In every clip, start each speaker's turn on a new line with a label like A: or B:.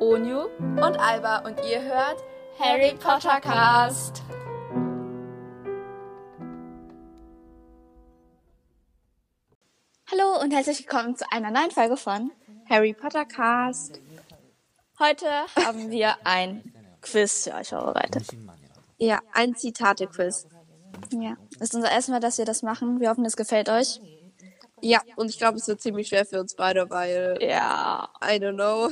A: Onyu und Alba und ihr hört Harry Potter Cast. Hallo und herzlich willkommen zu einer neuen Folge von Harry Potter Cast. Heute haben wir ein Quiz für euch vorbereitet.
B: Ja, ein Zitate-Quiz.
A: Ja, ist unser erstes Mal, dass wir das machen. Wir hoffen, es gefällt euch.
B: Ja, und ich glaube, es wird ziemlich schwer für uns beide, weil
A: Ja.
B: I don't know.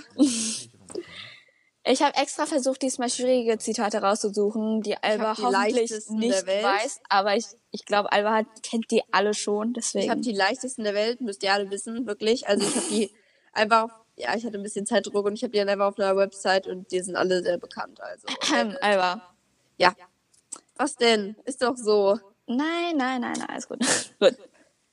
A: Ich habe extra versucht, diesmal schwierige Zitate rauszusuchen, die Alba
B: die
A: hoffentlich
B: leichtesten der
A: nicht
B: Welt.
A: weiß, aber ich, ich glaube, Alba hat, kennt die alle
B: Ich
A: schon,
B: habe
A: deswegen.
B: die leichtesten der Welt, müsst ihr alle wissen, wirklich. Also ich habe die einfach, auf, ja, ich hatte ein bisschen Zeitdruck und ich habe die dann einfach auf einer Website und die sind alle sehr bekannt. Also
A: Ähm, Alba.
B: ja. Was denn? Ist doch so.
A: Nein, nein, nein, nein, alles gut. gut.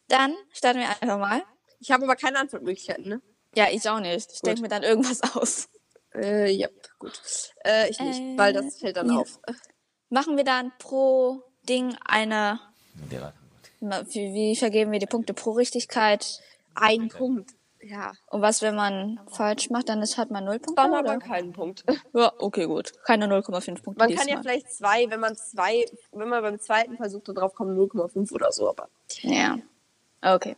A: Dann starten wir einfach mal.
B: Ich habe aber keine Antwortmöglichkeiten, ne?
A: Ja, ich auch nicht. Ich
B: Gut.
A: denke mir dann irgendwas aus.
B: Äh, ja, gut. Äh, ich nicht,
A: Äh,
B: weil das fällt dann
A: ja.
B: auf.
A: Machen wir dann pro Ding eine.
C: Moderat.
A: Wie, wie vergeben wir die Punkte pro Richtigkeit?
B: Ein Punkt. Ja.
A: Und was, wenn man falsch macht, dann ist, hat man null Punkte.
B: Dann hat man
A: Oder?
B: keinen Punkt.
A: Ja, okay, gut. Keine 0,5 Punkte.
B: Man kann ja
A: diesmal.
B: vielleicht zwei, wenn man zwei, wenn man beim zweiten versucht, da drauf kommen 0,5 oder so, aber
A: Ja. Okay.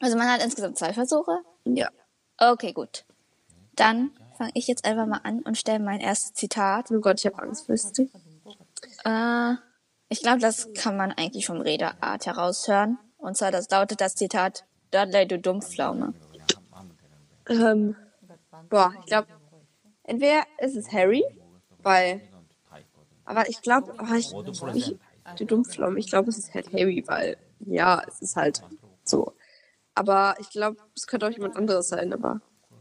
A: Also man hat insgesamt zwei Versuche.
B: ja.
A: Okay, gut. Dann fange ich jetzt einfach mal an und stelle mein erstes Zitat.
B: Oh Gott, ich habe Angst, wisst ihr?
A: Äh, ich glaube, das kann man eigentlich vom Redeart heraushören. Und zwar, das lautet das Zitat, Dudley, du Dumpflaume.
B: Ähm, boah, ich glaube, entweder ist es Harry, weil, aber ich glaube, oh, ich, ich, du Dumpflom, ich glaube, es ist halt Harry, weil, ja, es ist halt so. Aber ich glaube, es könnte auch jemand anderes sein, aber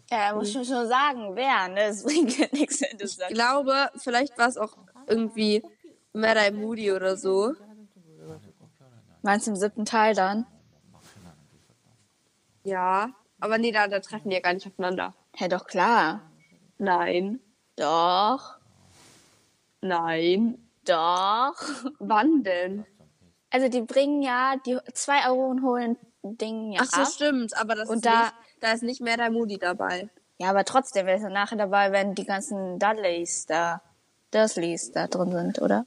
A: Ja, muss ich schon sagen, wer, ne? Es bringt ja nichts, wenn du
B: ich
A: sagst.
B: glaube, vielleicht war es auch irgendwie Mad Eye Moody oder so.
A: Meinst du im siebten Teil dann?
B: Ja, aber nee, da, da treffen die ja gar nicht aufeinander.
A: Ja, doch, klar.
B: Nein,
A: Doch,
B: nein.
A: doch.
B: Wann denn?
A: Also die bringen ja, die zwei Auroren holen Dinge ja
B: Ach so,
A: ab.
B: stimmt, aber das
A: Und
B: ist
A: da-
B: nicht, da ist nicht mehr der Moody dabei.
A: Ja, aber trotzdem wäre es nachher dabei, wenn die ganzen Dudleys da, Dursleys da drin sind, oder?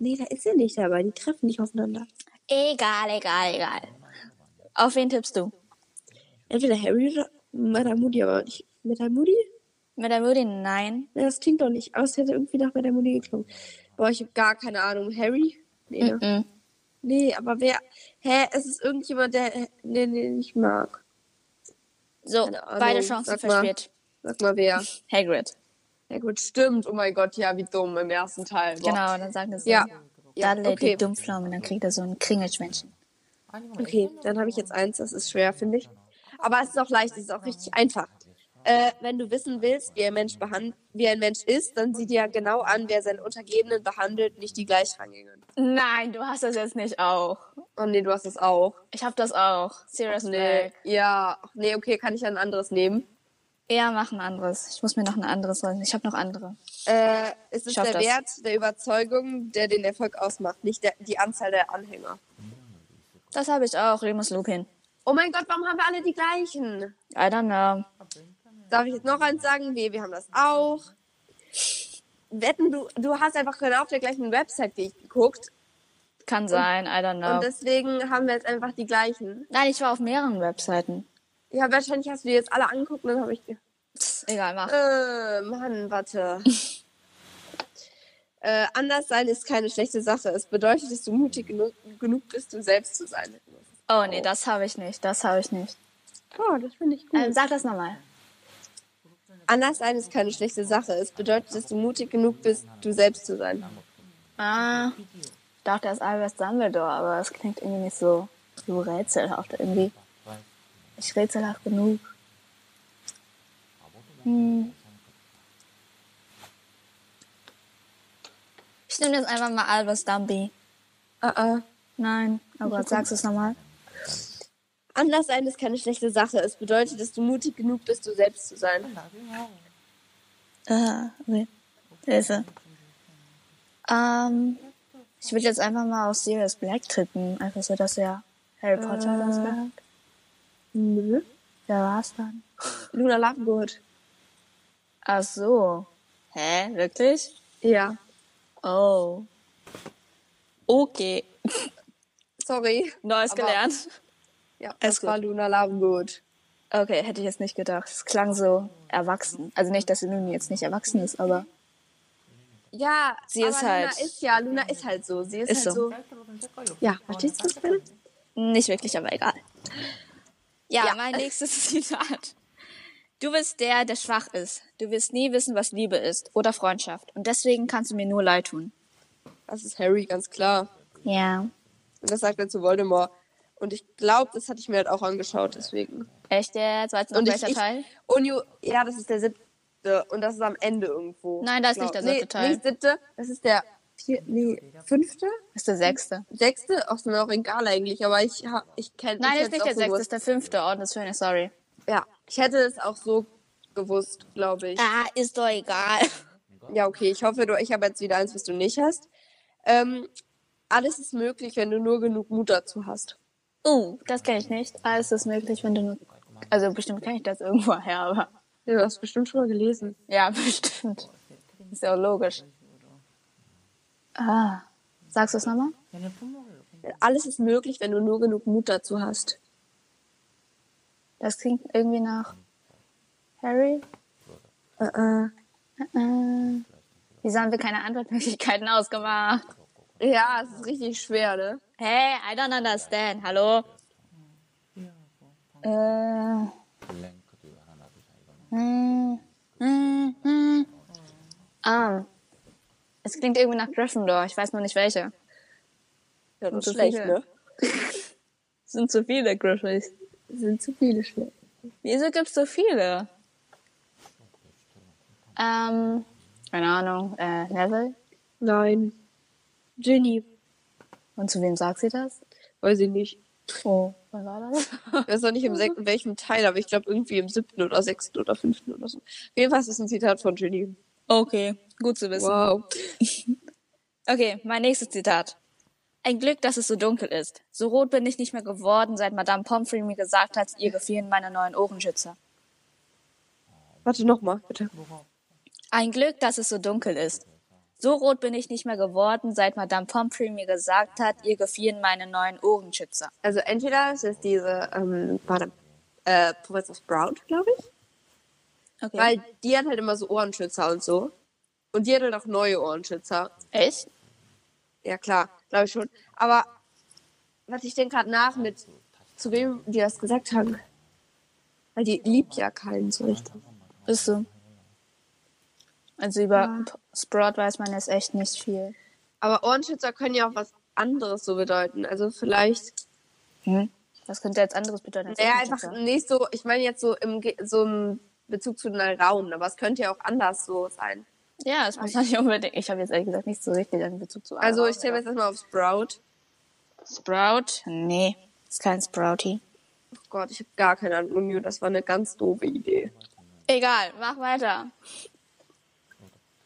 B: Nee, da ist er nicht dabei, die treffen nicht aufeinander.
A: Egal, egal, egal. Auf wen tippst du?
B: Entweder Harry oder Madame Moody, aber nicht Madame Moody?
A: Mit der Moody? Nein.
B: Ja, das klingt doch nicht, aber es hätte irgendwie nach Madame Moody geklungen. Boah, ich habe gar keine Ahnung. Harry? Nee, ne?
A: Mhm.
B: nee, aber wer? Hä, es ist irgendjemand, der nee, nee, nicht mag.
A: So,
B: Keine Ahnung,
A: beide Chancen
B: sag mal.
A: verspielt.
B: Sag mal wer.
A: Also, Hagrid.
B: Ja gut, stimmt. Oh mein Gott, ja, wie dumm im ersten Teil. Boah.
A: Genau, dann sagen wir so.
B: Ja. ja
A: Dudley, die
B: okay.
A: Dummflaume, dann kriegt er so ein Kringelschwänzchen.
B: okay, dann habe ich jetzt eins, das ist schwer, finde ich. Aber es ist auch leicht, es ist auch richtig einfach. Äh, wenn du wissen willst, wie ein, Mensch behand wie ein Mensch ist, dann sieh dir genau an, wer seinen Untergebenen behandelt, nicht die Gleichrangigen.
A: Nein, du hast das jetzt nicht auch.
B: Oh nee, du hast das auch.
A: Ich hab das auch. Serious
B: Nee,
A: Black.
B: ja. Ach nee, okay, kann ich dann ein anderes nehmen?
A: Ja, mach ein anderes. Ich muss mir noch ein anderes holen. Ich habe noch andere.
B: Äh, es ist
A: Schaff
B: der
A: das.
B: Wert der Überzeugung, der den Erfolg ausmacht, nicht der, die Anzahl der Anhänger.
A: Das habe ich auch. Remus Lupin.
B: Oh mein Gott, warum haben wir alle die gleichen?
A: I don't know.
B: Darf ich jetzt noch eins sagen? Wir, wir haben das auch. Wetten, du, du hast einfach genau auf der gleichen Website, die ich geguckt.
A: Kann sein. I don't know.
B: Und deswegen haben wir jetzt einfach die gleichen.
A: Nein, ich war auf mehreren Webseiten.
B: Ja, wahrscheinlich hast du die jetzt alle angeguckt und dann habe ich.
A: Pff, egal, mach.
B: Äh, Mann, warte. äh, anders sein ist keine schlechte Sache. Es bedeutet, dass du mutig genu genug bist, du selbst zu sein.
A: Oh nee, das habe ich nicht. Das habe ich nicht.
B: Oh, das finde ich gut.
A: Ähm, sag das nochmal.
B: anders sein ist keine schlechte Sache. Es bedeutet, dass du mutig genug bist, du selbst zu sein.
A: Ah, ich dachte, das ist Albert Dumbledore, aber es klingt irgendwie nicht so, so rätselhaft irgendwie. Nicht rätselhaft genug. Hm. Ich nehme jetzt einfach mal Albus Dumby.
B: Ah, ah.
A: Nein, oh Gott, sagst du es nochmal?
B: Anders sein ist keine schlechte Sache. Es bedeutet, dass du mutig genug bist, du selbst zu sein.
A: Ah, okay. Hilfe. Ähm, ich würde jetzt einfach mal auf Sirius Black tippen. Einfach so, dass er Harry Potter das sagt.
B: Nö.
A: Wer war's dann?
B: Luna Lovegood.
A: Ach so. Hä? Wirklich?
B: Ja.
A: Oh. Okay.
B: Sorry.
A: Neues
B: Aber-
A: gelernt.
B: Ja,
A: Alles
B: das war Luna Lovegood.
A: Okay, hätte ich jetzt nicht gedacht. Es klang so erwachsen. Also nicht, dass Luni jetzt nicht erwachsen ist, aber
B: Ja,
A: Sie ist
B: aber
A: halt-
B: Luna ist ja, Luna ist halt so. Sie ist,
A: Ist
B: halt
A: so.
B: so. Ja, verstehst du das bitte?
A: nicht wirklich, aber egal. Ja,
B: Ja.
A: mein nächstes Zitat. Du bist der, der schwach ist. Du wirst nie wissen, was Liebe ist oder Freundschaft. Und deswegen kannst du mir nur leid tun.
B: Das ist Harry, ganz klar.
A: Ja.
B: Und das sagt er zu Voldemort. Und ich glaube, das hatte ich mir halt auch angeschaut, deswegen.
A: Echt jetzt? Weißt du noch
B: Und ich,
A: welcher
B: ich,
A: Teil?
B: Unio, ja, das ist der siebte. Und das ist am Ende irgendwo.
A: Nein, da ist
B: Glaub-
A: nicht der siebte
B: nee,
A: Teil.
B: Nicht siebte, das ist der vier, nee, fünfte?
A: Ist der sechste.
B: Sechste? Auch ist mir auch egal eigentlich, aber ich, hab- ich kenne
A: Nein,
B: ich
A: ist
B: hätt's
A: nicht
B: auch
A: der
B: so
A: sechste,
B: gewusst.
A: ist der fünfte. Oh, das ist schön, sorry.
B: Ja, ich hätte es auch so gewusst, glaube ich.
A: Ah, ist doch egal.
B: Ja, okay, ich hoffe, du, ich habe jetzt wieder eins, was du nicht hast. Ähm, alles ist möglich, wenn du nur genug Mut dazu hast.
A: Uh, das kenne ich nicht. Alles ist möglich, wenn du nur... Also bestimmt kenne ich das irgendwo her, aber...
B: Ja, du hast bestimmt schon mal gelesen.
A: Ja, bestimmt. Ist ja auch logisch. Ah. Sagst du es nochmal?
B: Alles ist möglich, wenn du nur genug Mut dazu hast.
A: Das klingt irgendwie nach Harry.
B: Äh, äh.
A: Äh, wieso haben wir keine Antwortmöglichkeiten ausgemacht?
B: Ja, es ist richtig schwer, ne?
A: Hey, I don't understand. Hallo? Äh, hm, hm, hm. Ah. Es klingt irgendwie nach Gryffindor. Ich weiß nur nicht welche.
B: Ja, das
A: zu
B: ist schlecht,
A: viele.
B: ne?
A: Es sind zu viele Griffys.
B: Sind zu viele schlecht.
A: Wieso gibt's so viele? Ähm, keine Ahnung, äh, Neville?
B: Nein. Ginny.
A: Und zu wem sagt sie das?
B: Weiß ich nicht.
A: Oh, wann war das?
B: Ich weiß noch nicht im sechsten, welchem Teil, aber ich glaube irgendwie im siebten oder sechsten oder fünften oder so. Jedenfalls ist es ein Zitat von Ginny.
A: Okay, gut zu wissen.
B: Wow.
A: Okay, mein nächstes Zitat. Ein Glück, dass es so dunkel ist. So rot bin ich nicht mehr geworden, seit Madame Pomfrey mir gesagt hat, ihr gefielen meine neuen Ohrenschützer.
B: Warte nochmal, bitte.
A: Ein Glück, dass es so dunkel ist. So rot bin ich nicht mehr geworden, seit Madame Pomfrey mir gesagt hat, ihr gefielen meine neuen Ohrenschützer.
B: Also entweder ist es diese, ähm, warte, äh, Professor Sprout, glaube ich.
A: Okay.
B: Weil die hat halt immer so Ohrenschützer und so. Und die hat halt auch neue Ohrenschützer.
A: Echt?
B: Ja, klar, glaube ich schon. Aber was ich denke gerade nach mit, zu wem die das gesagt haben. Weil die liebt ja keinen so richtig.
A: Ist so. Also über P- Sprout weiß man jetzt echt nicht viel.
B: Aber Ohrenschützer können ja auch was anderes so bedeuten. Also vielleicht.
A: Hm? Was könnte jetzt anderes bedeuten? als
B: Ja,
A: Ohrenschützer?
B: einfach nicht so, ich meine jetzt so im, Ge- so im Bezug zu den Rauen, aber es könnte ja auch anders so sein.
A: Ja, es muss ja nicht unbedingt. Ich habe jetzt ehrlich gesagt nicht so richtig einen Bezug zu
B: Also
A: Aarau,
B: ich zähle
A: aber-
B: jetzt erstmal auf Sprout.
A: Sprout? Nee, ist kein Sprouty.
B: Oh Gott, ich habe gar keine Ahnung. Unio, Das war eine ganz doofe Idee.
A: Egal, mach weiter.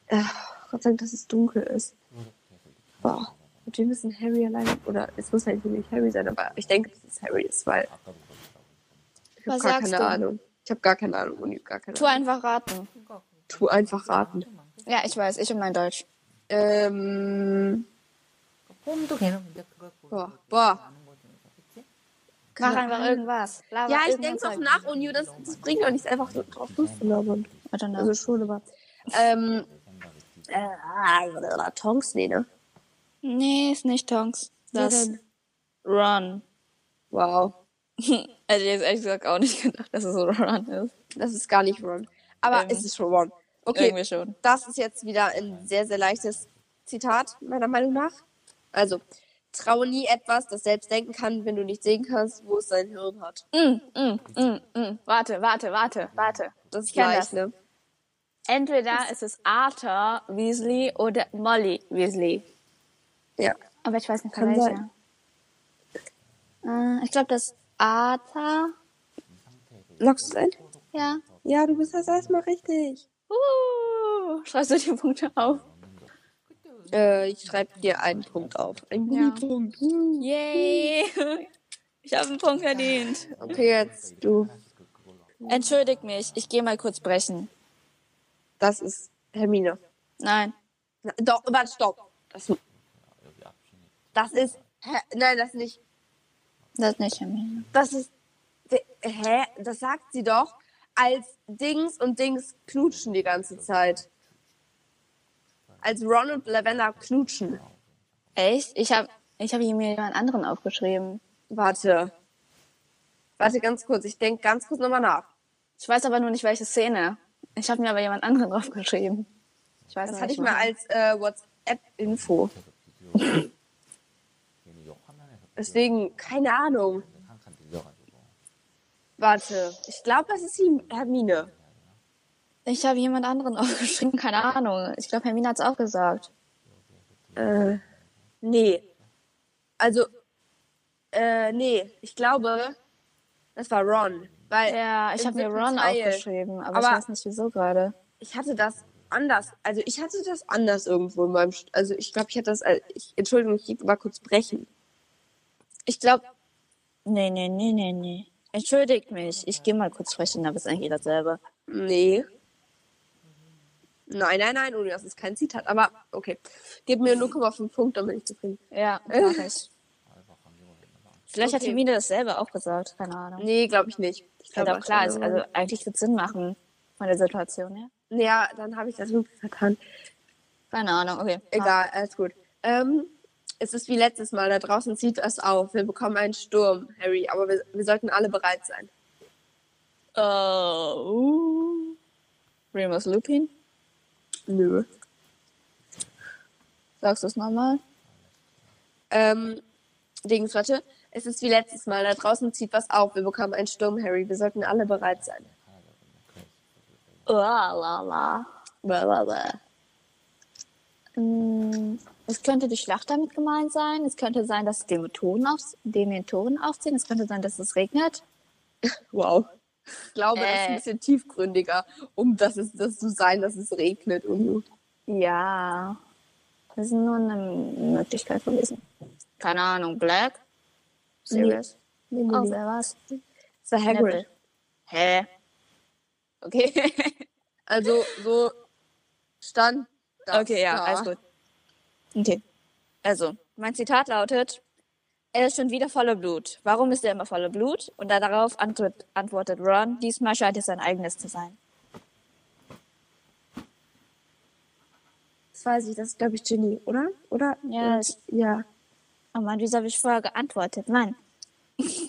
B: Äh, Gott sei Dank, dass es dunkel ist. Boah. Und wir müssen Harry alleine. Oder es muss halt nicht Harry sein, aber ich denke, dass es Harry ist, weil. Ich habe
A: Was
B: gar
A: sagst
B: keine
A: du?
B: Ahnung. Ich habe gar keine Ahnung, Unio, gar keine
A: Tu
B: Ahnung.
A: einfach raten.
B: Tu einfach raten.
A: Ja, ich weiß, ich und mein Deutsch.
B: Ähm.
C: 홈도 걔는 근데 그걸
B: Boah.
C: 보고
B: Boah.
C: 아는 거잖아, 그치?
A: Mach einfach irgendwas. Laber
B: Ja, ich denke
A: irgendwas
B: auch
A: halt.
B: nach, Unio, das, das bringt doch nichts, einfach so drauf loszulabern.
A: Warte, na.
B: Also schon, aber. Ähm. Äh, ah, Tonks, nee, ne?
A: Nee, ist nicht Tonks.
B: Wer
A: Das
B: denn?
A: Ron.
B: Wow.
A: Also jetzt ehrlich gesagt auch nicht gedacht, dass es Ron ist.
B: Das ist gar nicht Ron. Aber
A: Ähm,
B: es ist schon Ron. Okay,
A: Irgendwie schon.
B: das ist jetzt wieder ein sehr, sehr leichtes Zitat, meiner Meinung nach. Also, traue nie etwas, das selbst denken kann, wenn du nicht sehen kannst, wo es sein Hirn hat.
A: Mm, mm, mm, mm. Warte, warte, warte, warte.
B: Das ist
A: kenn
B: leicht,
A: das.
B: ne?
A: Entweder ist es Arthur Weasley oder Molly Weasley.
B: Ja.
A: Aber ich weiß nicht,
B: Kann
A: welcher. Äh, ich glaube, das Arthur.
B: Lockst du es ein?
A: Ja.
B: Ja, du bist das erstmal richtig.
A: Uh, schreibst du die Punkte auf?
B: Äh, ich schreibe dir einen Punkt auf. Einen
A: Ja.
B: Gummipunkt. Hm.
A: Yay! Ich habe einen Punkt verdient.
B: Okay, jetzt du.
A: Entschuldigt mich, ich gehe mal kurz brechen.
B: Das ist Hermine.
A: Nein.
B: Na, Doch, warte, stopp. Das, das ist. Hä? Nein, das nicht.
A: Das nicht, Hermine.
B: Das ist. de- Hä? Das sagt sie doch, als Dings und Dings knutschen die ganze Zeit. Als Ron und Lavender knutschen.
A: Echt? Ich habe ich hab hier mir jemand anderen aufgeschrieben.
B: Warte. Warte ganz kurz. Ich denke ganz kurz nochmal nach.
A: Ich weiß aber nur nicht, welche Szene. Ich habe mir aber jemand anderen draufgeschrieben. Ich weiß
B: Das
A: noch
B: hatte ich
A: nicht
B: mal
A: warum.
B: als äh, WhatsApp-Info. Deswegen, keine Ahnung. Warte. Ich glaube, das ist die Hermine.
A: Ich habe jemand anderen aufgeschrieben, keine Ahnung. Ich glaube, Hermine hat's auch gesagt.
B: Äh, nee. Also, äh, nee, ich glaube, das war Ron. Weil
A: Ja, ich
B: Im
A: habe mir
B: siebten
A: Ron
B: Äh, Teil.
A: aufgeschrieben, aber, ich
B: Aber-
A: weiß nicht wieso gerade.
B: ich hatte das anders. Also, ich hatte das anders irgendwo in meinem. St also, ich glaube, ich hatte das. als- Ich, Entschuldigung, ich war kurz brechen. Ich glaube,
A: Nee, nee, nee, nee, nee. Entschuldigt mich, ich gehe mal kurz sprechen, aber es ist eigentlich dasselbe.
B: nee. Nein, nein, nein, Uni, das ist kein Zitat. Aber okay. Gib mir 0,5 Punkte, dann bin ich zufrieden.
A: Ja, mach ich. Vielleicht hat
B: Okay.
A: Hermine dasselbe auch gesagt, keine Ahnung.
B: Nee, glaube ich nicht. Ich
A: Ist halt
B: glaub,
A: auch klar,
B: das
A: also,
B: war
A: also eigentlich wird Sinn machen von der Situation, ja?
B: Ja, dann habe ich das wirklich vertan.
A: Keine Ahnung, okay.
B: Egal, alles gut. Ähm, es ist wie letztes Mal, da draußen zieht es auf. Wir bekommen einen Sturm, Harry, aber wir, wir sollten alle bereit sein.
A: Oh, uh. Remus Lupin,
B: Nö.
A: sagst du es nochmal?
B: Ähm, Dings, warte. Es ist wie letztes Mal, da draußen zieht was auf. Wir bekommen einen Sturm, Harry. Wir sollten alle bereit sein.
A: La, la, la. Bla, bla, bla. Mm, Es könnte die Schlacht damit gemeint sein. Es könnte sein, dass die Mentoren, auf, die Mentoren aufziehen. Es könnte sein, dass es regnet.
B: Wow. Ich glaube, das ist
A: Äh.
B: ein bisschen tiefgründiger, um das, ist, das zu sein, dass es regnet. Unju.
A: Ja. Das ist nur eine Möglichkeit gewesen. Keine Ahnung. Black? Serious?
B: Nee,
A: Oh,
B: nee, nee.
A: wer war's?
B: Das war Hagrid.
A: Neville. Hä? Okay.
B: Also, so stand das
A: Okay, ja,
B: da.
A: alles gut. Okay. Also, mein Zitat lautet, er ist schon wieder voller Blut. Warum ist er immer voller Blut? Und da darauf antwort- antwortet Ron, diesmal scheint es sein eigenes zu sein.
B: Das weiß ich, das ist, glaube ich, Ginny, oder? Oder?
A: Ja,
B: Oder-
A: ich-
B: ja.
A: Oh Mann, wieso habe ich vorher geantwortet? Mann.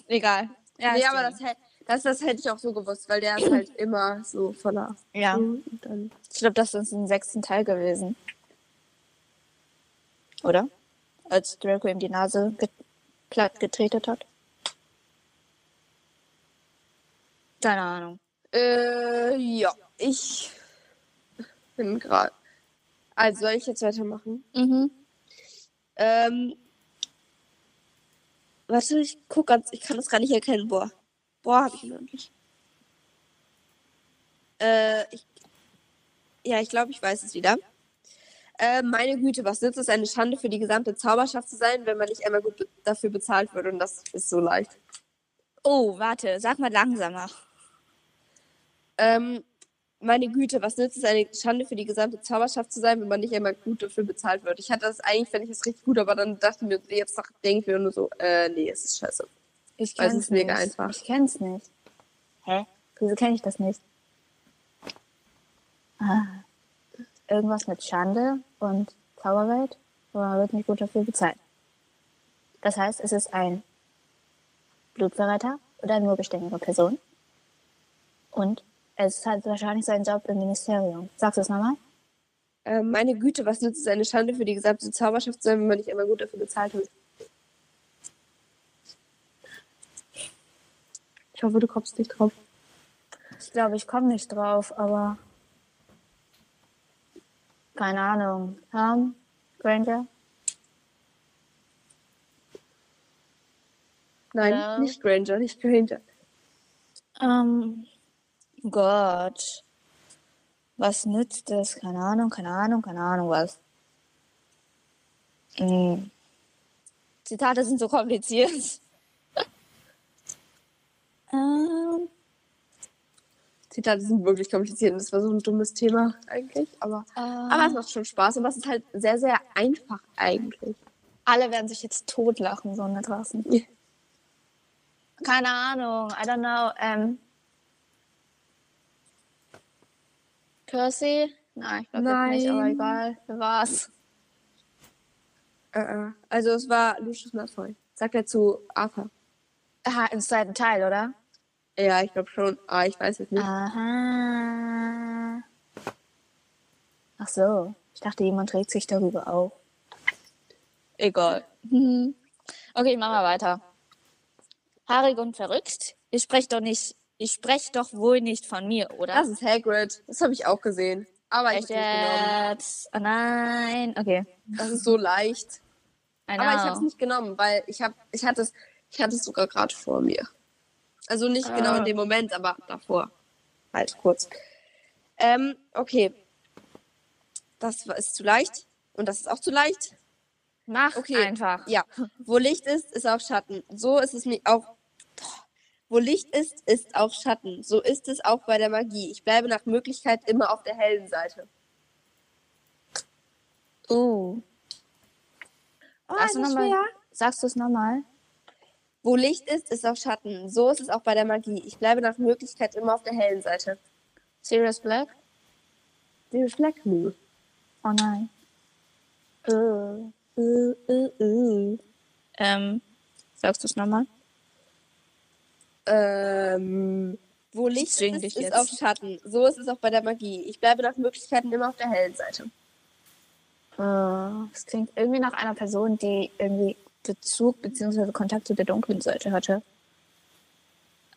A: Egal. Ja,
B: nee,
A: ist
B: aber
A: egal.
B: das, hätt- das, das hätte ich auch so gewusst, weil der ist halt immer so voller.
A: ja.
B: Und dann,
A: Ich glaube, das ist im sechsten Teil gewesen. Oder? Als Draco ihm die Nase ge platt getretet hat. Keine Ahnung.
B: äh, ja, ich bin gerade. Also soll ich jetzt weitermachen?
A: Mhm.
B: Ähm, warte, ich guck ganz, ich kann das gar nicht erkennen. Boah, boah, hab ich noch nicht. Äh, ich, ja, ich glaube, ich weiß es wieder. Äh, meine Güte, was nützt es, eine Schande für die gesamte Zauberschaft zu sein, wenn man nicht einmal gut be- dafür bezahlt wird? Und das ist so leicht.
A: Oh, warte, sag mal langsamer.
B: Ähm, meine Güte, was nützt es, eine Schande für die gesamte Zauberschaft zu sein, wenn man nicht einmal gut dafür bezahlt wird? Ich hatte das eigentlich, fände ich das richtig gut, aber dann dachten wir, jetzt nach- denken wir nur so, äh, nee, es ist scheiße.
A: Ich
B: Weil es ist mega einfach.
A: Ich kenn's nicht. Hä? Wieso kenne ich das nicht? Ah. Irgendwas mit Schande und Zauberwelt, aber man wird nicht gut dafür bezahlt. Das heißt, es ist ein Blutverräter oder eine mordbeständige Person. Und es hat wahrscheinlich seinen Job im Ministerium. Sagst du es nochmal?
B: Ähm, meine Güte, was nützt es, eine Schande für die gesamte Zauberschaft zu sein, wenn man nicht einmal gut dafür bezahlt wird? Ich hoffe, du kommst nicht drauf.
A: Ich glaube, ich komme nicht drauf, aber. Keine Ahnung. Ham? Granger?
B: Nein,
A: Ja.
B: nicht Granger, nicht Granger.
A: Ähm. Gott. Was nützt das? Keine Ahnung, keine Ahnung, keine Ahnung was. Mm. Zitate sind so kompliziert. ähm.
B: Zitate sind wirklich kompliziert und das war so ein dummes Thema eigentlich, aber,
A: Ah. Ähm,
B: aber es macht schon Spaß und das ist halt sehr, sehr einfach eigentlich.
A: Alle werden sich jetzt totlachen, so da draußen.
B: Ja.
A: Keine Ahnung, I don't know. Ähm, Percy? Nein, ich glaube nicht, aber
B: Nein.
A: egal. Wer war's?
B: Äh, äh. also es war Lucius Malfoy. Sagt er zu Arthur.
A: Aha, im zweiten Teil, oder?
B: Ja, ich glaube schon. Ah, ich weiß jetzt nicht.
A: Aha. Ach so, ich dachte, jemand regt sich darüber auf.
B: Egal.
A: Mhm. Okay, machen wir weiter. Haarig und verrückt? Ihr sprecht doch nicht, ihr sprecht doch wohl nicht von mir, oder?
B: Das ist Hagrid. Das habe ich auch gesehen. Aber ich
A: Echt
B: habe nicht genommen.
A: jetzt? Oh nein, okay.
B: Das ist so leicht.
A: I
B: Aber ich
A: know.
B: habe es nicht genommen, weil ich habe, ich hatte es, ich hatte es sogar gerade vor mir. Also nicht genau
A: Ah.
B: in dem Moment, aber davor. Halt kurz. Ähm, okay. Das war- ist zu leicht. Und das ist auch zu leicht.
A: Mach
B: Okay.
A: einfach.
B: Ja. Wo Licht ist, ist auch Schatten. So ist es nicht auch. Boah. Wo Licht ist, ist auch Schatten. So ist es auch bei der Magie. Ich bleibe nach Möglichkeit immer auf der hellen Seite.
A: Uh.
B: Oh,
A: Sagst, du noch mal, sagst du es nochmal?
B: Wo Licht ist, ist auch Schatten. So ist es auch bei der Magie. Ich bleibe nach Möglichkeit immer auf der hellen Seite.
A: Serious Black?
B: Serious Black? Nee.
A: Oh nein. Uh.
B: Äh, äh, äh.
A: Ähm, sagst du es nochmal?
B: Ähm, wo Licht
A: zwing
B: ist,
A: dich
B: ist
A: jetzt.
B: auch Schatten. So ist es auch bei der Magie. Ich bleibe nach Möglichkeiten immer auf der hellen Seite.
A: Äh, Es klingt irgendwie nach einer Person, die irgendwie Bezug bzw. Kontakt zu der dunklen Seite hatte.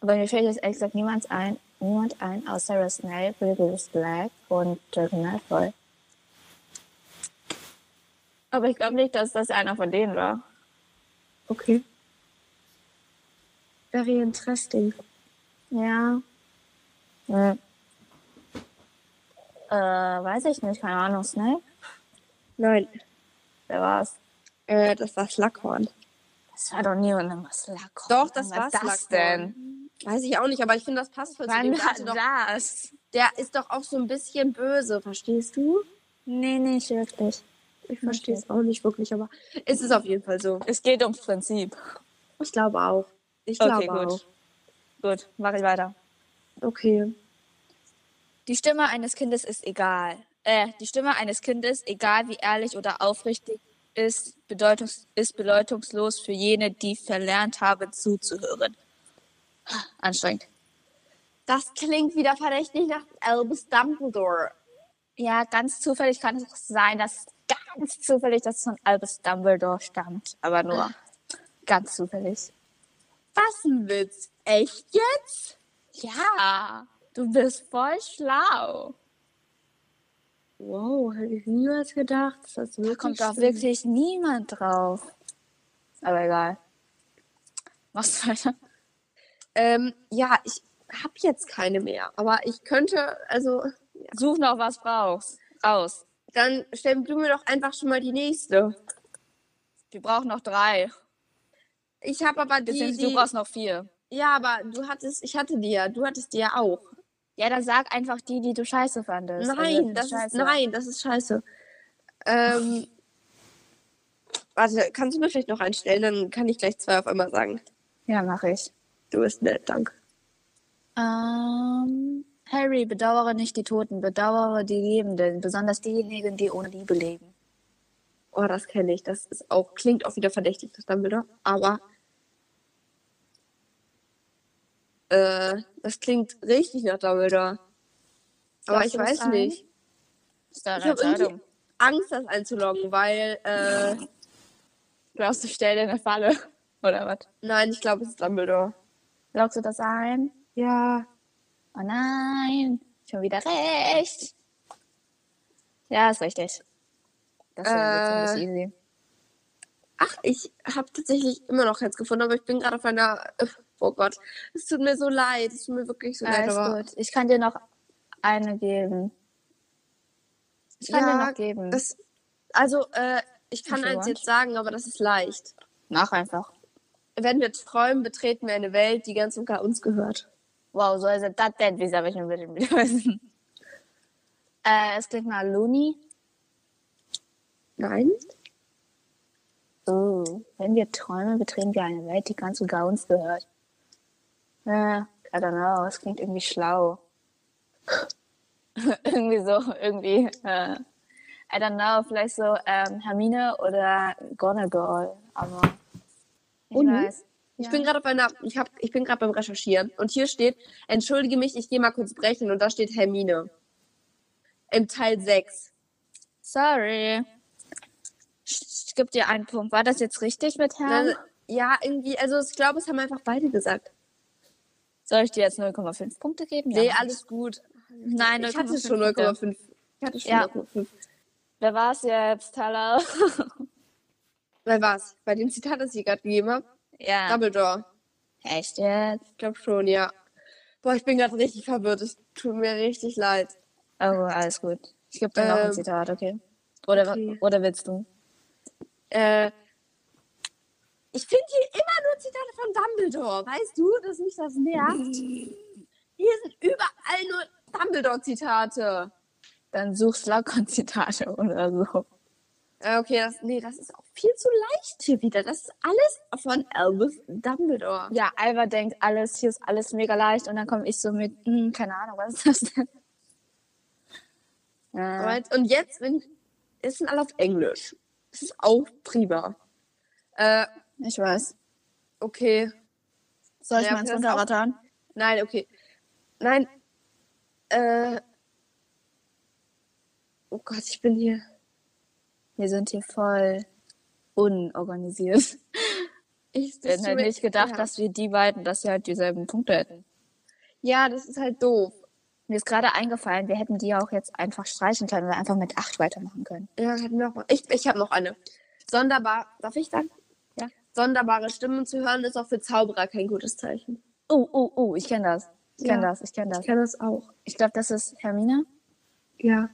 A: Aber mir fällt jetzt ehrlich gesagt niemand ein, niemand ein, außer Ross Snape, Regulus Black und Draco Malfoy. Aber ich glaube nicht, dass das einer von denen war.
B: Okay. Very interesting.
A: Ja. Hm. Äh, weiß ich nicht, keine Ahnung, Snape?
B: Nein,
A: Wer war's?
B: äh, das war Slughorn.
A: Das war doch niemand im Slughorn.
B: Doch, das
A: Wer
B: war
A: war das
B: Slughorn.
A: denn?
B: Weiß ich auch nicht, aber ich finde, das passt voll zu
A: Wann
B: dem. Der,
A: war
B: hatte doch,
A: das?
B: der ist doch auch so ein bisschen böse, verstehst du?
A: Nee, nicht wirklich.
B: Ich verstehe es auch nicht wirklich, aber es ist auf jeden Fall so.
A: Es geht ums Prinzip.
B: Ich glaube auch. Ich glaube
A: Okay, gut.
B: auch.
A: Gut, mache ich weiter.
B: Okay.
A: Die Stimme eines Kindes ist egal. Äh, die Stimme eines Kindes, egal wie ehrlich oder aufrichtig ist, bedeutungs ist bedeutungslos für jene, die verlernt haben, zuzuhören. Ah, Anstrengend.
B: Das klingt wieder verdächtig nach Albus Dumbledore.
A: Ja, ganz zufällig kann es auch sein, dass ganz zufällig das von Albus Dumbledore stammt. Aber
B: Ah.
A: nur ganz zufällig.
B: Was ein Witz. Echt jetzt?
A: Ja, du bist voll schlau.
B: Wow, hätte ich niemals gedacht. Das ist
A: Da
B: wirklich
A: kommt auch
B: schlimm.
A: wirklich niemand drauf. Aber egal. Machst du weiter?
B: Ähm, ja, ich habe jetzt keine mehr. Aber ich könnte, also,
A: Such noch, was brauchst. Raus.
B: dann stell du mir doch einfach schon mal die nächste.
A: Wir brauchen noch drei.
B: Ich habe aber die,
A: Beziehungsweise du
B: die
A: brauchst noch vier.
B: Ja, aber du hattest, ich hatte die ja. Du hattest die ja auch.
A: Ja, dann sag einfach die, die du scheiße fandest. Also,
B: nein, das ist, also nein, das ist scheiße. Ähm, warte, kannst du mir vielleicht noch einstellen? Dann kann ich gleich zwei auf einmal sagen.
A: Ja, mache ich.
B: Du bist nett, danke.
A: Ähm, Harry, bedauere nicht die Toten, bedauere die Lebenden, besonders diejenigen, die ohne Liebe leben.
B: Oh, das kenne ich. Das ist auch, klingt auch wieder verdächtig, das Dumbledore. Aber äh, das klingt richtig nach Dumbledore. Aber
A: Glaubst
B: ich
A: du, das
B: weiß
A: ein?
B: nicht.
A: Das ist deine
B: Ich habe irgendwie
A: Entscheidung.
B: Angst, das einzuloggen, weil äh,
A: Glaubst du, ich stell dir eine Falle? Oder was?
B: nein, ich glaube, es ist Dumbledore.
A: Loggst du das ein?
B: Ja.
A: Oh nein, schon wieder recht. Ja, ist richtig. Das war jetzt
B: Äh.
A: ziemlich easy.
B: Ach, ich habe tatsächlich immer noch keins gefunden, aber ich bin gerade auf einer. Oh Gott, es tut mir so leid. Es tut mir wirklich so leid. Aber
A: Alles gut. Ich kann dir noch eine geben. Ich kann
B: Ja,
A: dir noch geben.
B: das, also, äh, ich kann
A: If you
B: eins
A: want.
B: jetzt sagen, aber das ist leicht.
A: Mach einfach.
B: Wenn wir träumen, betreten wir eine Welt, die ganz und gar uns gehört.
A: Wow, so ist es das denn? Wie soll ich denn bitte wieder wissen? Äh, es klingt nach Looney.
B: Nein?
A: Oh, wenn wir träumen, betreten wir eine Welt, die ganz und gar uns gehört. Äh, I don't know, es klingt irgendwie schlau. irgendwie so, irgendwie. Äh, I don't know, vielleicht so ähm, Hermine oder Gonna Girl, aber ich
B: Uni?
A: weiß.
B: Ich
A: Ja.
B: bin gerade bei einer, ich hab, ich bin gerade beim Recherchieren und hier steht, entschuldige mich, ich gehe mal kurz brechen und da steht Hermine. Im Teil 6.
A: Sorry. Ich gebe dir einen Punkt. War das jetzt richtig mit Herrn?
B: Dann, Ne? ja, irgendwie, also ich glaube, es haben einfach beide gesagt.
A: Soll ich dir jetzt 0,5 Punkte geben?
B: Nee,
A: mach
B: alles gut.
A: ich. Nein,
B: Ich hatte
A: 0,5
B: schon
A: Punkte.
B: 0,5. Ich hatte schon
A: Ja.
B: 0,5.
A: Wer war es jetzt, Tyler?
B: Wer war's? Bei dem Zitat, das ich gerade gegeben habe?
A: ja.
B: Dumbledore.
A: Echt jetzt?
B: Ich glaube schon, ja. Boah, ich bin gerade richtig verwirrt. Es tut mir richtig leid.
A: Oh, alles gut. Ich gebe dir noch ein
B: Ähm,
A: Zitat, okay? Oder,
B: okay.
A: oder willst du?
B: Äh, ich finde hier immer nur Zitate von Dumbledore. Weißt du, dass mich das nervt? Hier sind überall nur Dumbledore-Zitate.
A: Dann suchst Laukon-Zitate oder so.
B: Äh, okay, das, nee, das ist auch viel zu leicht hier wieder. Das ist alles von Albus Dumbledore.
A: Ja, Alva denkt alles, hier ist alles mega leicht und dann komme ich so mit, hm, keine Ahnung, was ist das denn? Äh,
B: Alright. Und jetzt, wenn ich, es sind alle auf Englisch. Das ist auch prima. Äh,
A: ich weiß.
B: okay.
A: Soll ich
B: Ja,
A: mal ins
B: okay, das ist auch-
A: Runterrattern?
B: Nein, okay. Nein. Äh. Oh Gott, ich bin hier.
A: Wir sind hier voll unorganisiert.
B: Ich
A: Wir hätten halt nicht gedacht,
B: ja.
A: dass wir die beiden, dass wir halt dieselben Punkte hätten.
B: Ja, das ist halt doof.
A: Mir ist gerade eingefallen, wir hätten die auch jetzt einfach streichen können oder einfach mit 8 weitermachen können.
B: Ja, hatten wir auch mal. Ich, ich habe noch eine. Sonderbar. Darf ich sagen?
A: Ja.
B: Sonderbare Stimmen zu hören ist auch für Zauberer kein gutes Zeichen.
A: Oh, oh, oh, ich kenne das. Ich kenne
B: Ja.
A: das, ich kenne das.
B: kann das auch.
A: Ich glaube, das ist Hermine.
B: Ja.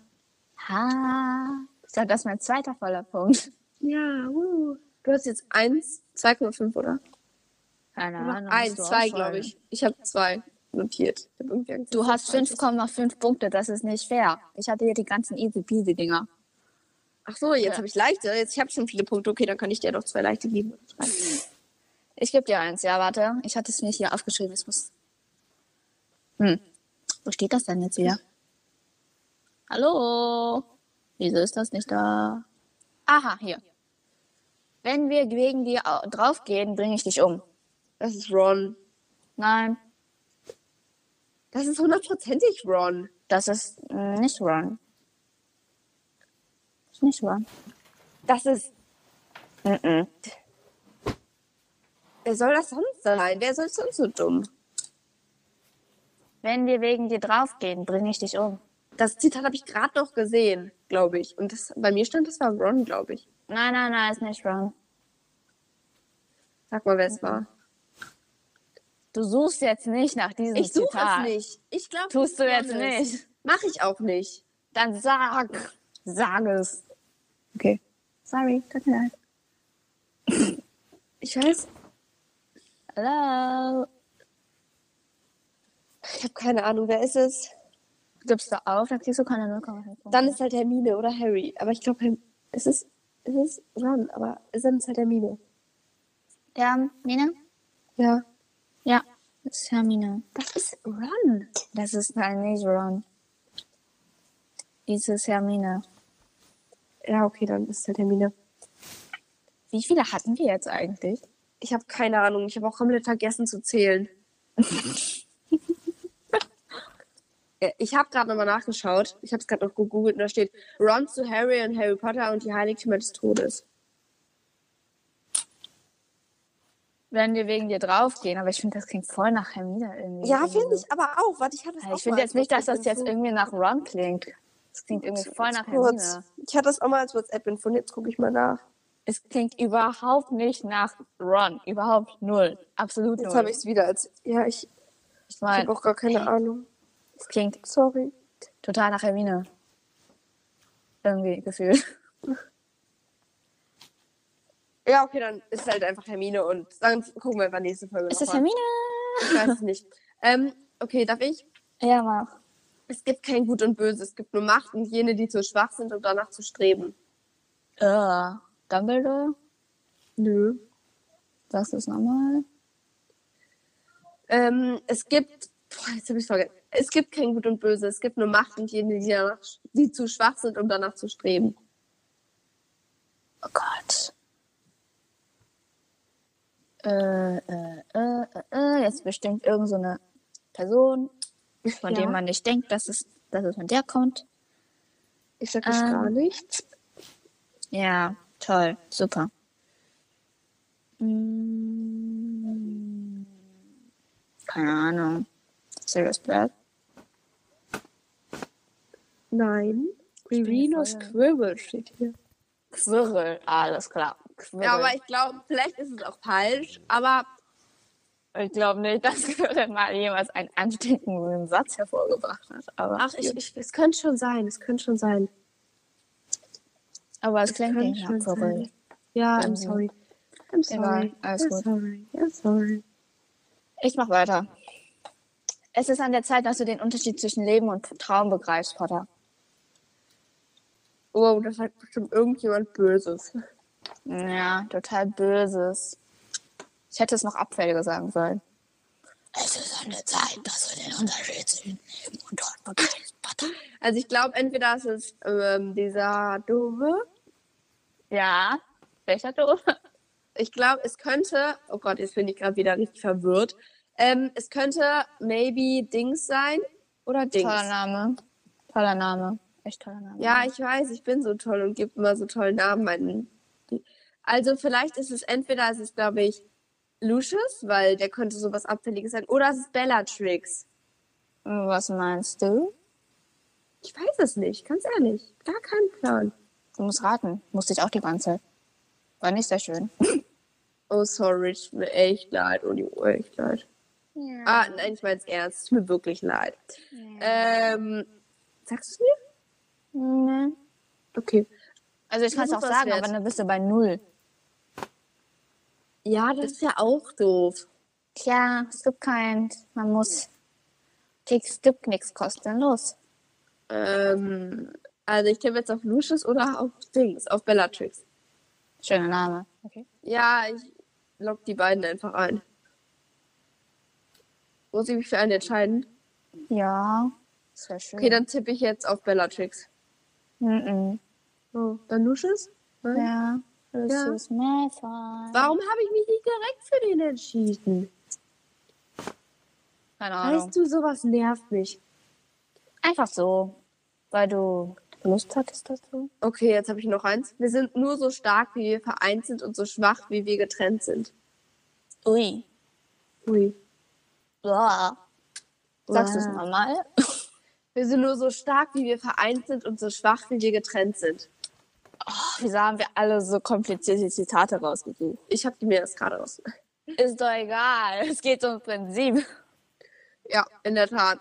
A: Ha. Ich glaube, das ist mein zweiter voller Punkt.
B: Ja, uh. Du hast jetzt eins, 2,5, oder?
A: Keine Ahnung.
B: Eins,
A: musst du
B: zwei,
A: ausrollen.
B: glaube ich. Ich habe zwei notiert. Ich hab irgendwie Angst,
A: Du
B: dass
A: hast
B: das falsch ist.
A: 5,5 Punkte, das ist nicht fair. Ich hatte hier die ganzen easy peasy Dinger.
B: Ach so, jetzt
A: Ja.
B: habe ich leichte. Jetzt ich habe schon viele Punkte. Okay, dann kann ich dir doch zwei leichte geben.
A: Ich gebe dir eins, ja, warte. Ich hatte es mir hier aufgeschrieben, ich muss. Hm. Wo steht das denn jetzt wieder? Hallo? Wieso ist das nicht da? Aha, hier. Wenn wir gegen die au- draufgehen, bringe ich dich um.
B: Das ist Ron.
A: Nein,
B: Das ist hundertprozentig Ron.
A: das ist äh, nicht Ron. Ist Nicht Ron.
B: Das ist.
A: Mhm.
B: Wer soll das sonst sein? Wer soll sonst so dumm?
A: Wenn wir wegen dir draufgehen, bringe ich dich um.
B: Das Zitat habe ich gerade noch gesehen, glaube ich. Und das, bei mir stand, das war Ron, glaube ich.
A: Nein, nein, nein, ist nicht Ron.
B: Sag mal, wer es war.
A: Du suchst jetzt nicht nach diesem
B: Ich suche
A: Zitat.
B: es nicht. Ich glaube,
A: Tust du jetzt nicht.
B: Mache ich auch nicht.
A: Dann sag. Sag es. Okay. Sorry, tut mir leid.
B: Ich weiß,
A: Hallo.
B: ich habe keine Ahnung, wer ist es?
A: Gibst du auf, dann kriegst du keine 0,5 Punkte.
B: Dann ist halt Hermine oder Harry. Aber ich glaube, es ist, es ist Ron, aber dann ist halt Hermine.
A: Ja, Mina?
B: Ja.
A: Ja. Das ist Hermine.
B: Das ist Ron.
A: Das ist nein, nicht Ron. Dies ist Hermine.
B: Ja, okay, dann ist halt Hermine.
A: Wie viele hatten wir jetzt eigentlich?
B: Ich habe keine Ahnung. Ich habe auch komplett vergessen zu zählen. Äh, ich habe gerade nochmal nachgeschaut. Ich habe es gerade noch gegoogelt und da steht Ron zu Harry und Harry Potter und die Heiligtümer des Todes.
A: Wenn wir wegen dir draufgehen, aber ich finde, das klingt voll nach Hermine irgendwie. Irgendwie so.
B: aber auch. Warte, ich hatte das
A: Also Ich finde jetzt nicht, dass das jetzt irgendwie nach Ron klingt. Es klingt irgendwie voll nach Hermine.
B: Ich hatte das auch mal als WhatsApp gefunden. Jetzt gucke ich mal nach.
A: Es klingt überhaupt nicht nach Ron. Überhaupt null. Absolut
B: Jetzt
A: null.
B: habe ich es wieder als. Ja, ich,
A: ich
B: ich
A: meine,
B: habe auch gar keine Ahnung.
A: es klingt
B: Sorry.
A: total nach Hermine. Irgendwie gefühlt.
B: Ja, okay, dann ist halt einfach Hermine und dann gucken wir bei der nächsten Folge.
A: Ist
B: noch mal.
A: das Hermine?
B: Ich weiß es nicht. Ähm, Okay, darf ich?
A: Ja, mach.
B: Es gibt kein Gut und Böse, es gibt nur Macht und jene, die zu schwach sind, um danach zu streben.
A: Äh, Dumbledore,
B: Nö.
A: sagst du es nochmal?
B: Ähm, es gibt. Boah, jetzt habe ich vergessen. Es gibt kein Gut und Böse, es gibt nur Macht und jene, die, danach, die zu schwach sind, um danach zu streben.
A: Oh Gott. Äh, äh, äh, äh, äh, jetzt bestimmt irgend so eine Person, von
B: Ja.
A: der man nicht denkt, dass es, dass es von der kommt.
B: Ich sag
A: Ähm.
B: nichts.
A: Ja, toll, super. Mm, Keine Ahnung. Sirius Black?
B: Nein. Rivino Squirrel steht hier.
A: Quirrell, alles klar. Quirrell.
B: Ja, aber ich glaube, vielleicht ist es auch falsch, aber
A: Ich glaube nicht, dass Quirrell mal jemals einen ansteckenden Satz hervorgebracht hat. Aber,
B: ach, ich, ich, es könnte schon sein, es könnte schon sein.
A: aber es
B: es
A: klingt
B: kann
A: nicht nach
B: schon
A: Quirrell.
B: sein. Ja,
A: Ähm,
B: I'm sorry. I'm sorry.
A: egal, alles
B: I'm
A: gut.
B: sorry. I'm sorry.
A: Ich mach weiter. Es ist an der Zeit, dass du den Unterschied zwischen Leben und Traum begreifst, Potter.
B: Oh, das hat bestimmt irgendjemand Böses.
A: Ja, total Böses. Ich hätte es noch abfälliger sagen sollen. Es ist an der Zeit, dass wir den Unterschied zwischen Leben und Tod begreifst, Potter.
B: Also ich glaube, entweder ist es ähm, dieser Dove.
A: Ja, welcher doof?
B: Ich glaube, es könnte, oh Gott, jetzt bin ich gerade wieder richtig verwirrt. Ähm, es könnte maybe Dings sein oder Dings.
A: Toller Name. Toller Name. Echt toller Name.
B: Ja, ich weiß, ich bin so toll und gebe immer so tollen Namen meinen. Also vielleicht ist es entweder ist es glaube ich Lucius, weil der könnte sowas abfälliges sein, oder es ist Bellatrix.
A: Was meinst du?
B: Ich weiß es nicht, ganz ehrlich, gar keinen Plan.
A: Du musst raten. Musste ich auch die ganze Zeit. War nicht sehr schön.
B: Oh sorry, es tut mir echt leid, oh die Uhr, echt leid. Ah, nein, ich meine es ernst, es tut mir wirklich leid. Ähm, sagst du es mir?
A: Nee.
B: Okay.
A: Also ich kann es auch
B: Versuch was
A: sagen,
B: wert.
A: aber dann bist du bei null.
B: Ja, das ist ja auch doof.
A: Tja, es gibt keinen. Man muss. Es gibt nichts kostenlos.
B: Ähm, also ich tippe jetzt auf Lucius oder auf Dings, auf Bellatrix.
A: Schöner Name. Okay.
B: Ja, ich lock die beiden einfach ein. Muss ich mich für einen entscheiden?
A: Ja, ist ja schön.
B: Okay, dann tippe ich jetzt auf Bellatrix.
A: Mm
B: Oh, dann Lucius?
A: -mm.
B: Nein.
A: Ja, Lucius Malfoy.
B: Warum habe ich mich nicht direkt für den entschieden?
A: Keine
B: Weißt du, sowas nervt mich.
A: Einfach so, weil du Lust hattest dazu.
B: Okay, jetzt habe ich noch eins. Wir sind nur so stark, wie wir vereint sind und so schwach, wie wir getrennt sind.
A: Ui.
B: Ui.
A: Boah. Sagst du es nochmal?
B: Wir sind nur so stark, wie wir vereint sind und so schwach, wie wir getrennt sind.
A: Wieso haben wir alle so komplizierte Zitate rausgesucht?
B: Ich habe mir das gerade aus.
A: Ist doch egal. Es geht ums Prinzip.
B: Ja, in der Tat.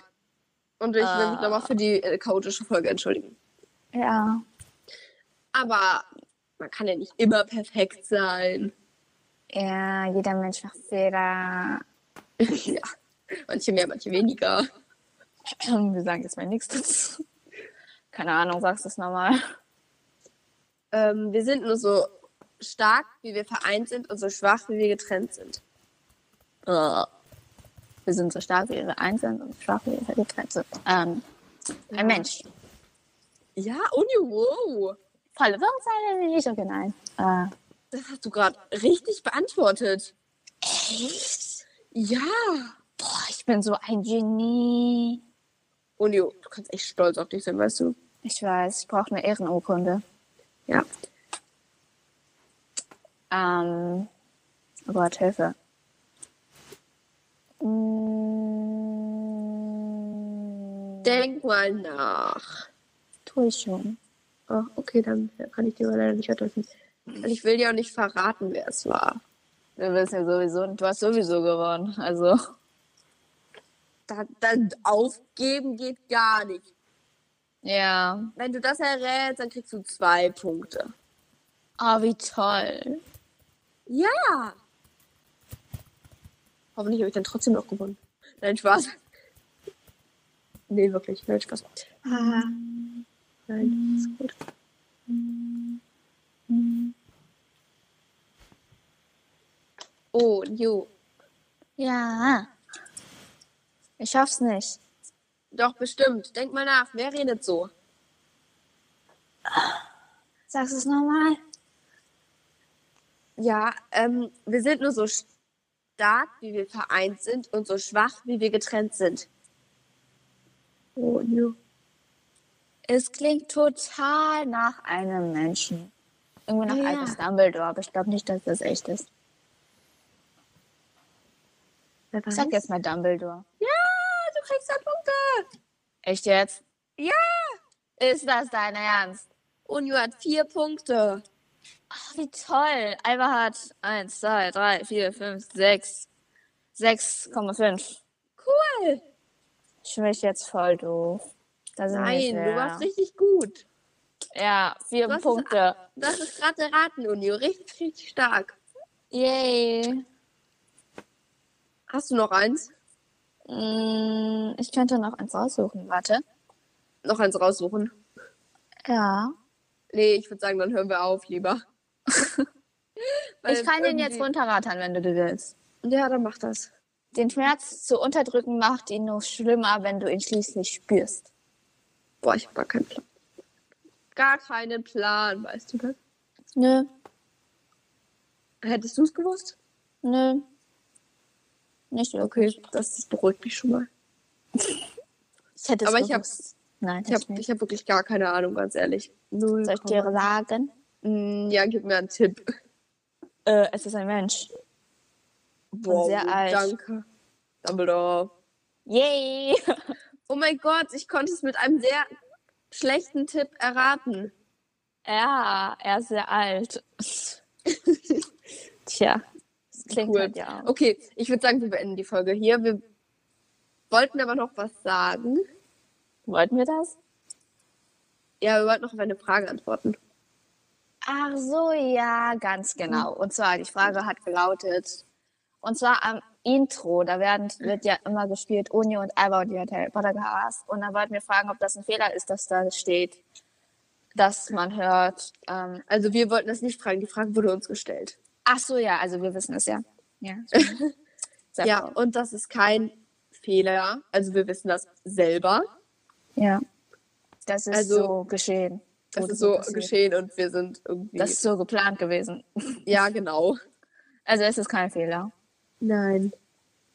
B: Und ich will mich
A: Ah.
B: nochmal für die äh, chaotische Folge entschuldigen.
A: Ja.
B: Aber man kann ja nicht immer perfekt sein.
A: Ja, jeder Mensch macht Fehler.
B: ja. Manche mehr, manche weniger.
A: Wir sagen jetzt mal nichts dazu. Keine Ahnung, sagst du es nochmal.
B: Ähm, wir sind nur so stark, wie wir vereint sind und so schwach, wie wir getrennt sind.
A: Äh, Wir sind so stark wie wir einzeln und schwach wie wir getrennt sind. Ähm, Ein Mensch.
B: Ja, Uni, wow.
A: Volle Wirkungsseite nicht. Okay, nein. Äh,
B: Das hast du gerade richtig beantwortet. Echt? Ja.
A: boah, ich bin so ein Genie.
B: Uni, du kannst echt stolz auf dich sein, weißt du?
A: Ich weiß, ich brauche eine Ehrenurkunde.
B: Ja.
A: Ähm, oh Gott, Hilfe. Mm,
B: Denk mal nach.
A: tue ich schon.
B: Ach, Oh, okay, dann kann ich dir aber leider nicht weiterhelfen. Und ich will dir auch nicht verraten, wer es war.
A: Du bist ja sowieso, du hast sowieso gewonnen. Also,
B: Dann, dann aufgeben geht gar nicht.
A: ja.
B: Wenn du das errätst, dann kriegst du zwei Punkte.
A: Oh, wie toll.
B: Ja! Hoffentlich habe ich dann trotzdem noch gewonnen. Nein, Spaß. Nee, wirklich. Nein, Spaß. Ah. Nein, ist gut. Oh, New.
A: Ja. Ich hoff's nicht.
B: Doch, bestimmt. Denk mal nach. Wer redet so?
A: Sagst es nochmal?
B: Ja, ähm, wir sind nur so stark, wie wir vereint sind und so schwach, wie wir getrennt sind.
A: Oh, New. Es klingt total nach einem Menschen. Irgendwo nach
B: Ja.
A: Albus Dumbledore, aber ich glaube nicht, dass das echt ist.
B: Wer
A: Ich sag jetzt mal Dumbledore.
B: Ah, du kriegst da Punkte.
A: Echt jetzt?
B: Ja.
A: Ist das dein Ernst?
B: Unju hat vier Punkte.
A: Ach, wie toll. Alba hat 1, 2, 3, 4, 5, 6. 6,5.
B: Cool.
A: Ich bin jetzt voll doof. Da sind wir
B: Nein,
A: nicht
B: du
A: mehr.
B: warst richtig gut.
A: Ja, vier
B: Du hast es
A: Punkte.
B: Das ist gerade erraten, Unju. Richtig, richtig stark.
A: Yay.
B: Hast du noch eins?
A: Mm, Ich könnte noch eins raussuchen. Warte.
B: Noch eins raussuchen.
A: Ja.
B: Nee, ich würde sagen, dann hören wir auf lieber. Weil
A: ich kann den jetzt
B: irgendwie-
A: runterrattern, wenn du willst.
B: Ja, dann mach das.
A: Den Schmerz zu unterdrücken macht ihn nur schlimmer, wenn du ihn schließlich spürst.
B: Boah, ich hab gar keinen Plan. Gar keinen Plan, weißt du das?
A: Nö,
B: Hättest du es gewusst?
A: nö. Nicht wirklich.
B: Okay, das, das beruhigt mich schon mal.
A: Ich hätte es
B: Aber ich hab-
A: gewusst. Nein,
B: Ich
A: ich
B: habe
A: nicht.
B: ich hab wirklich gar keine Ahnung, ganz ehrlich. Null.
A: Soll ich
B: Komma-
A: dir sagen?
B: Mm, Ja, gib mir einen Tipp.
A: Äh, es ist ein Mensch.
B: Wow,
A: sehr alt.
B: danke. Dumbledore.
A: Yay!
B: Oh mein Gott, ich konnte es mit einem sehr schlechten Tipp erraten.
A: Ja, er ist sehr alt. Tja, das klingt
B: Cool.
A: halt ja auch.
B: Okay, ich würde sagen, wir beenden die Folge hier. Wir wollten aber noch was sagen.
A: Wollten wir das?
B: Ja, wir wollten noch auf eine Frage antworten.
A: Ach so, ja, ganz genau. Und zwar, die Frage hat gelautet, und zwar am Intro, da werden, wird ja immer gespielt, Uni und Alba und die Hotel Podcast. Und da wollten wir fragen, ob das ein Fehler ist, dass da steht, dass man hört, ähm,
B: Also wir wollten das nicht fragen, die Frage wurde uns gestellt.
A: ach so, ja, also wir wissen es ja. Ja, Sehr
B: Ja,
A: cool.
B: und das ist kein Fehler. Also wir wissen das selber.
A: ja. Das ist
B: Also,
A: so geschehen.
B: Das
A: Wurde
B: ist so
A: passiert.
B: geschehen und wir sind irgendwie.
A: Das ist so geplant gewesen.
B: ja, genau.
A: Also es ist kein Fehler.
C: Nein,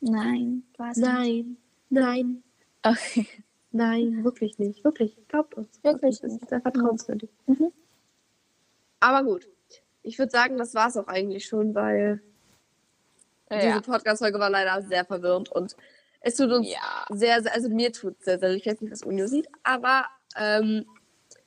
A: Nein, was?
C: nein, nein,
A: Okay.
C: nein, wirklich nicht. Wirklich, glaubt uns.
A: Wirklich
C: Das ist sehr vertrauenswürdig.
B: Aber gut. Ich würde sagen, das war's auch eigentlich schon, weil diese
A: Ja.
B: Podcast-Folge war leider sehr verwirrend und es tut uns
A: ja.
B: sehr, sehr, also mir tut es sehr, sehr, leid. ich weiß nicht, was Unio sieht, aber, ähm,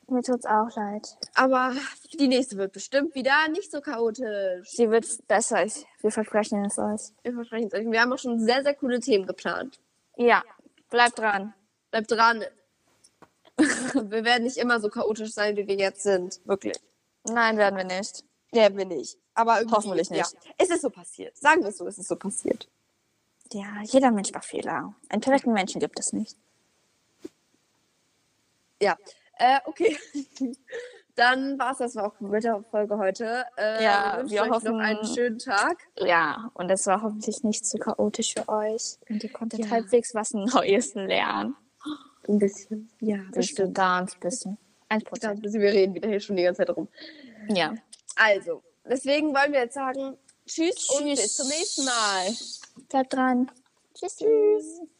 A: Mir tut's auch leid.
B: aber die nächste wird bestimmt wieder nicht so chaotisch.
A: Sie wird besser. Ich, wir versprechen es euch.
B: Wir versprechen es euch. Wir haben auch schon sehr, sehr coole Themen geplant.
A: Ja, bleibt dran.
B: Bleibt dran. wir werden nicht immer so chaotisch sein, wie wir jetzt sind. Wirklich.
A: Nein, werden wir nicht.
B: Werden wir nicht. Aber irgendwie,
A: Hoffentlich nicht.
B: Ja. Es ist so passiert. Sagen wir es so, es ist so passiert.
A: Ja, jeder Mensch macht Fehler. Einen perfekten Menschen gibt es nicht.
B: Ja. Äh, okay. Dann war es das auch mit der Folge heute. Äh,
A: Ja,
B: wir, wünschen
A: wir
B: euch
A: hoffen-
B: noch einen schönen Tag.
A: Ja, und es war hoffentlich nicht zu chaotisch für euch. Und ihr konntet
C: Ja.
A: halbwegs was Neues lernen.
C: Ein bisschen.
B: Ja,
A: Bestimmt ganz bisschen. Ein Prozent.
B: Wir reden wieder hier schon die ganze Zeit rum.
A: Ja.
B: Also, deswegen wollen wir jetzt sagen, tschüss, und
A: Tschüss.
B: bis zum nächsten Mal.
A: Bleibt dran. Tschüss. Tschüss.